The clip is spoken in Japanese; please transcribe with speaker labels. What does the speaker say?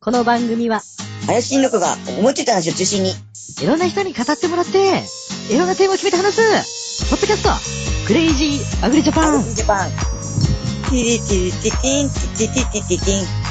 Speaker 1: この番組は、
Speaker 2: 怪しいの子が思ってた話を中心に、
Speaker 1: いろんな人に語ってもらって、いろんなテーマを決めて話す、ポッドキャスト、クレイジーアグリジャ
Speaker 2: ア
Speaker 1: パン
Speaker 2: グ。リジャパン。ティリティリティティン、ティティティティティン。